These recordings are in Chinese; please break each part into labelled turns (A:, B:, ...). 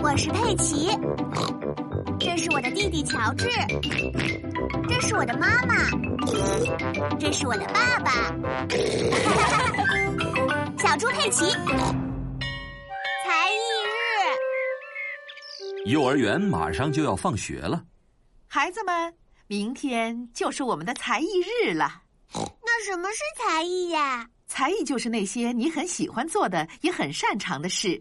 A: 我是佩奇，这是我的弟弟乔治，这是我的妈妈，这是我的爸 爸，小猪佩奇。才艺
B: 日，幼儿园马上就要放学了，
C: 孩子们，明天就是我们的才艺日了。
A: 那什么是才艺呀、 啊？
C: 才艺就是那些你很喜欢做的，也很擅长的事。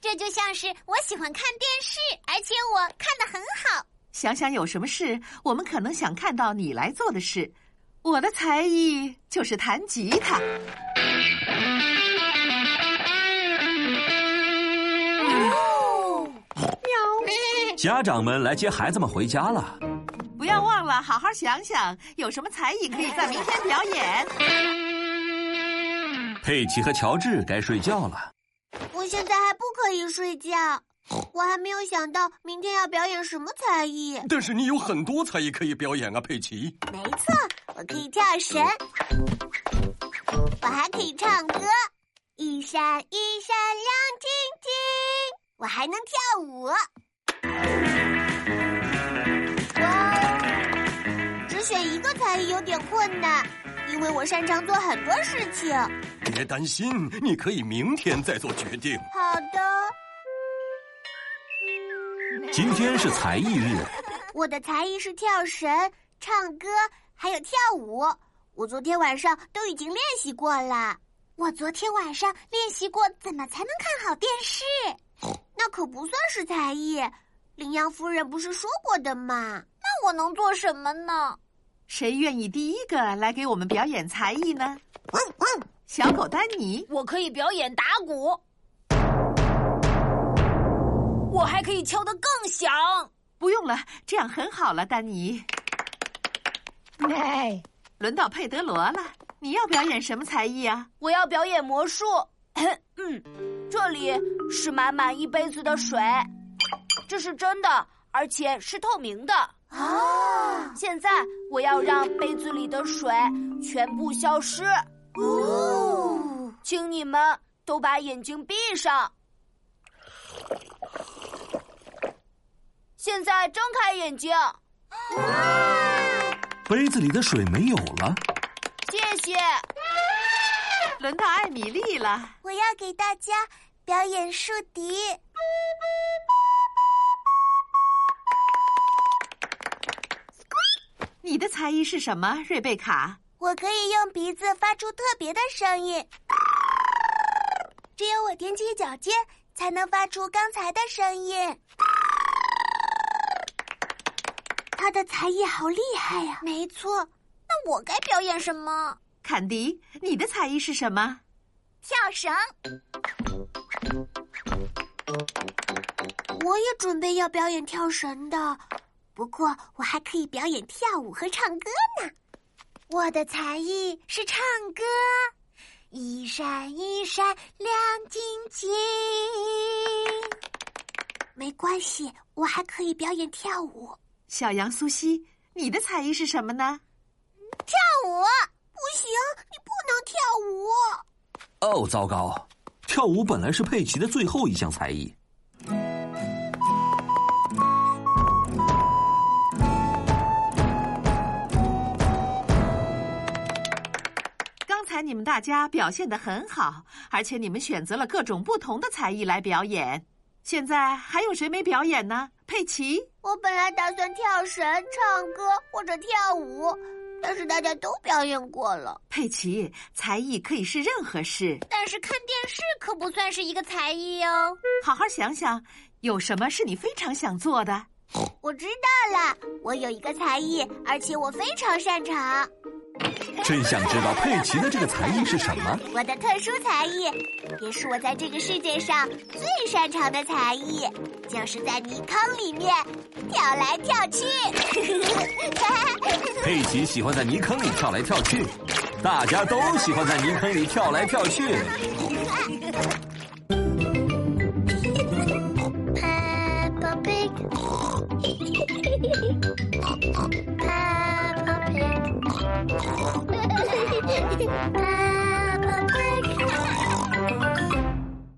D: 这就像是我喜欢看电视，而且我看得很好。
C: 想想有什么事，我们可能想看到你来做的事。我的才艺就是弹吉他。
A: 哦、喵！
B: 家长们来接孩子们回家了。
C: 不要忘了好好想想，有什么才艺可以在明天表演。
B: 佩奇和乔治该睡觉了。
A: 我现在还不可以睡觉，我还没有想到明天要表演什么才艺。
E: 但是你有很多才艺可以表演啊，佩奇。
A: 没错，我可以跳绳，我还可以唱歌，一闪一闪亮晶晶。我还能跳舞。哇，只选一个才艺有点困难，因为我擅长做很多事情。
E: 别担心，你可以明天再做决定。
A: 好的。
B: 今天是才艺日。
A: 我的才艺是跳绳、唱歌，还有跳舞。我昨天晚上都已经练习过了。
D: 我昨天晚上练习过怎么才能看好电视。
A: 那可不算是才艺，羚羊夫人不是说过的吗？
D: 那我能做什么呢？
C: 谁愿意第一个来给我们表演才艺呢？嗯嗯小狗丹尼，
F: 我可以表演打鼓，我还可以敲得更响。
C: 不用了，这样很好了，丹尼。
G: 哎，
C: 轮到佩德罗了，你要表演什么才艺啊？
F: 我要表演魔术。 嗯，这里是满满一杯子的水，这是真的，而且是透明的。
A: 啊！
F: 现在我要让杯子里的水全部消失。
A: 哦，
F: 请你们都把眼睛闭上。现在睁开眼睛。
B: 杯子里的水没有了。
F: 谢谢。
C: 轮到艾米丽了。
H: 我要给大家表演竖笛。
C: 你的才艺是什么，瑞贝卡？
H: 我可以用鼻子发出特别的声音，只有我踮起脚尖才能发出刚才的声音。
A: 他的才艺好厉害呀、啊！
H: 没错，那我该表演什么？
C: 坎迪，你的才艺是什么？
D: 跳绳。
A: 我也准备要表演跳绳的，不过我还可以表演跳舞和唱歌呢。
H: 我的才艺是唱歌，一闪一闪亮晶晶。
A: 没关系，我还可以表演跳舞。
C: 小羊苏西，你的才艺是什么呢？
D: 跳舞
A: 不行，你不能跳
B: 舞。哦，糟糕！跳舞本来是佩奇的最后一项才艺。
C: 你们大家表现的很好，而且你们选择了各种不同的才艺来表演。现在还有谁没表演呢？佩奇，
A: 我本来打算跳绳、唱歌或者跳舞，但是大家都表演过了。
C: 佩奇，才艺可以是任何事，
D: 但是看电视可不算是一个才艺哦。
C: 好好想想，有什么是你非常想做的？
A: 我知道了，我有一个才艺，而且我非常擅长。
B: 真想知道佩奇的这个才艺是什么？
A: 我的特殊才艺，也是我在这个世界上最擅长的才艺，就是在泥坑里面跳来跳去。
B: 佩奇喜欢在泥坑里跳来跳去，大家都喜欢在泥坑里跳来跳去。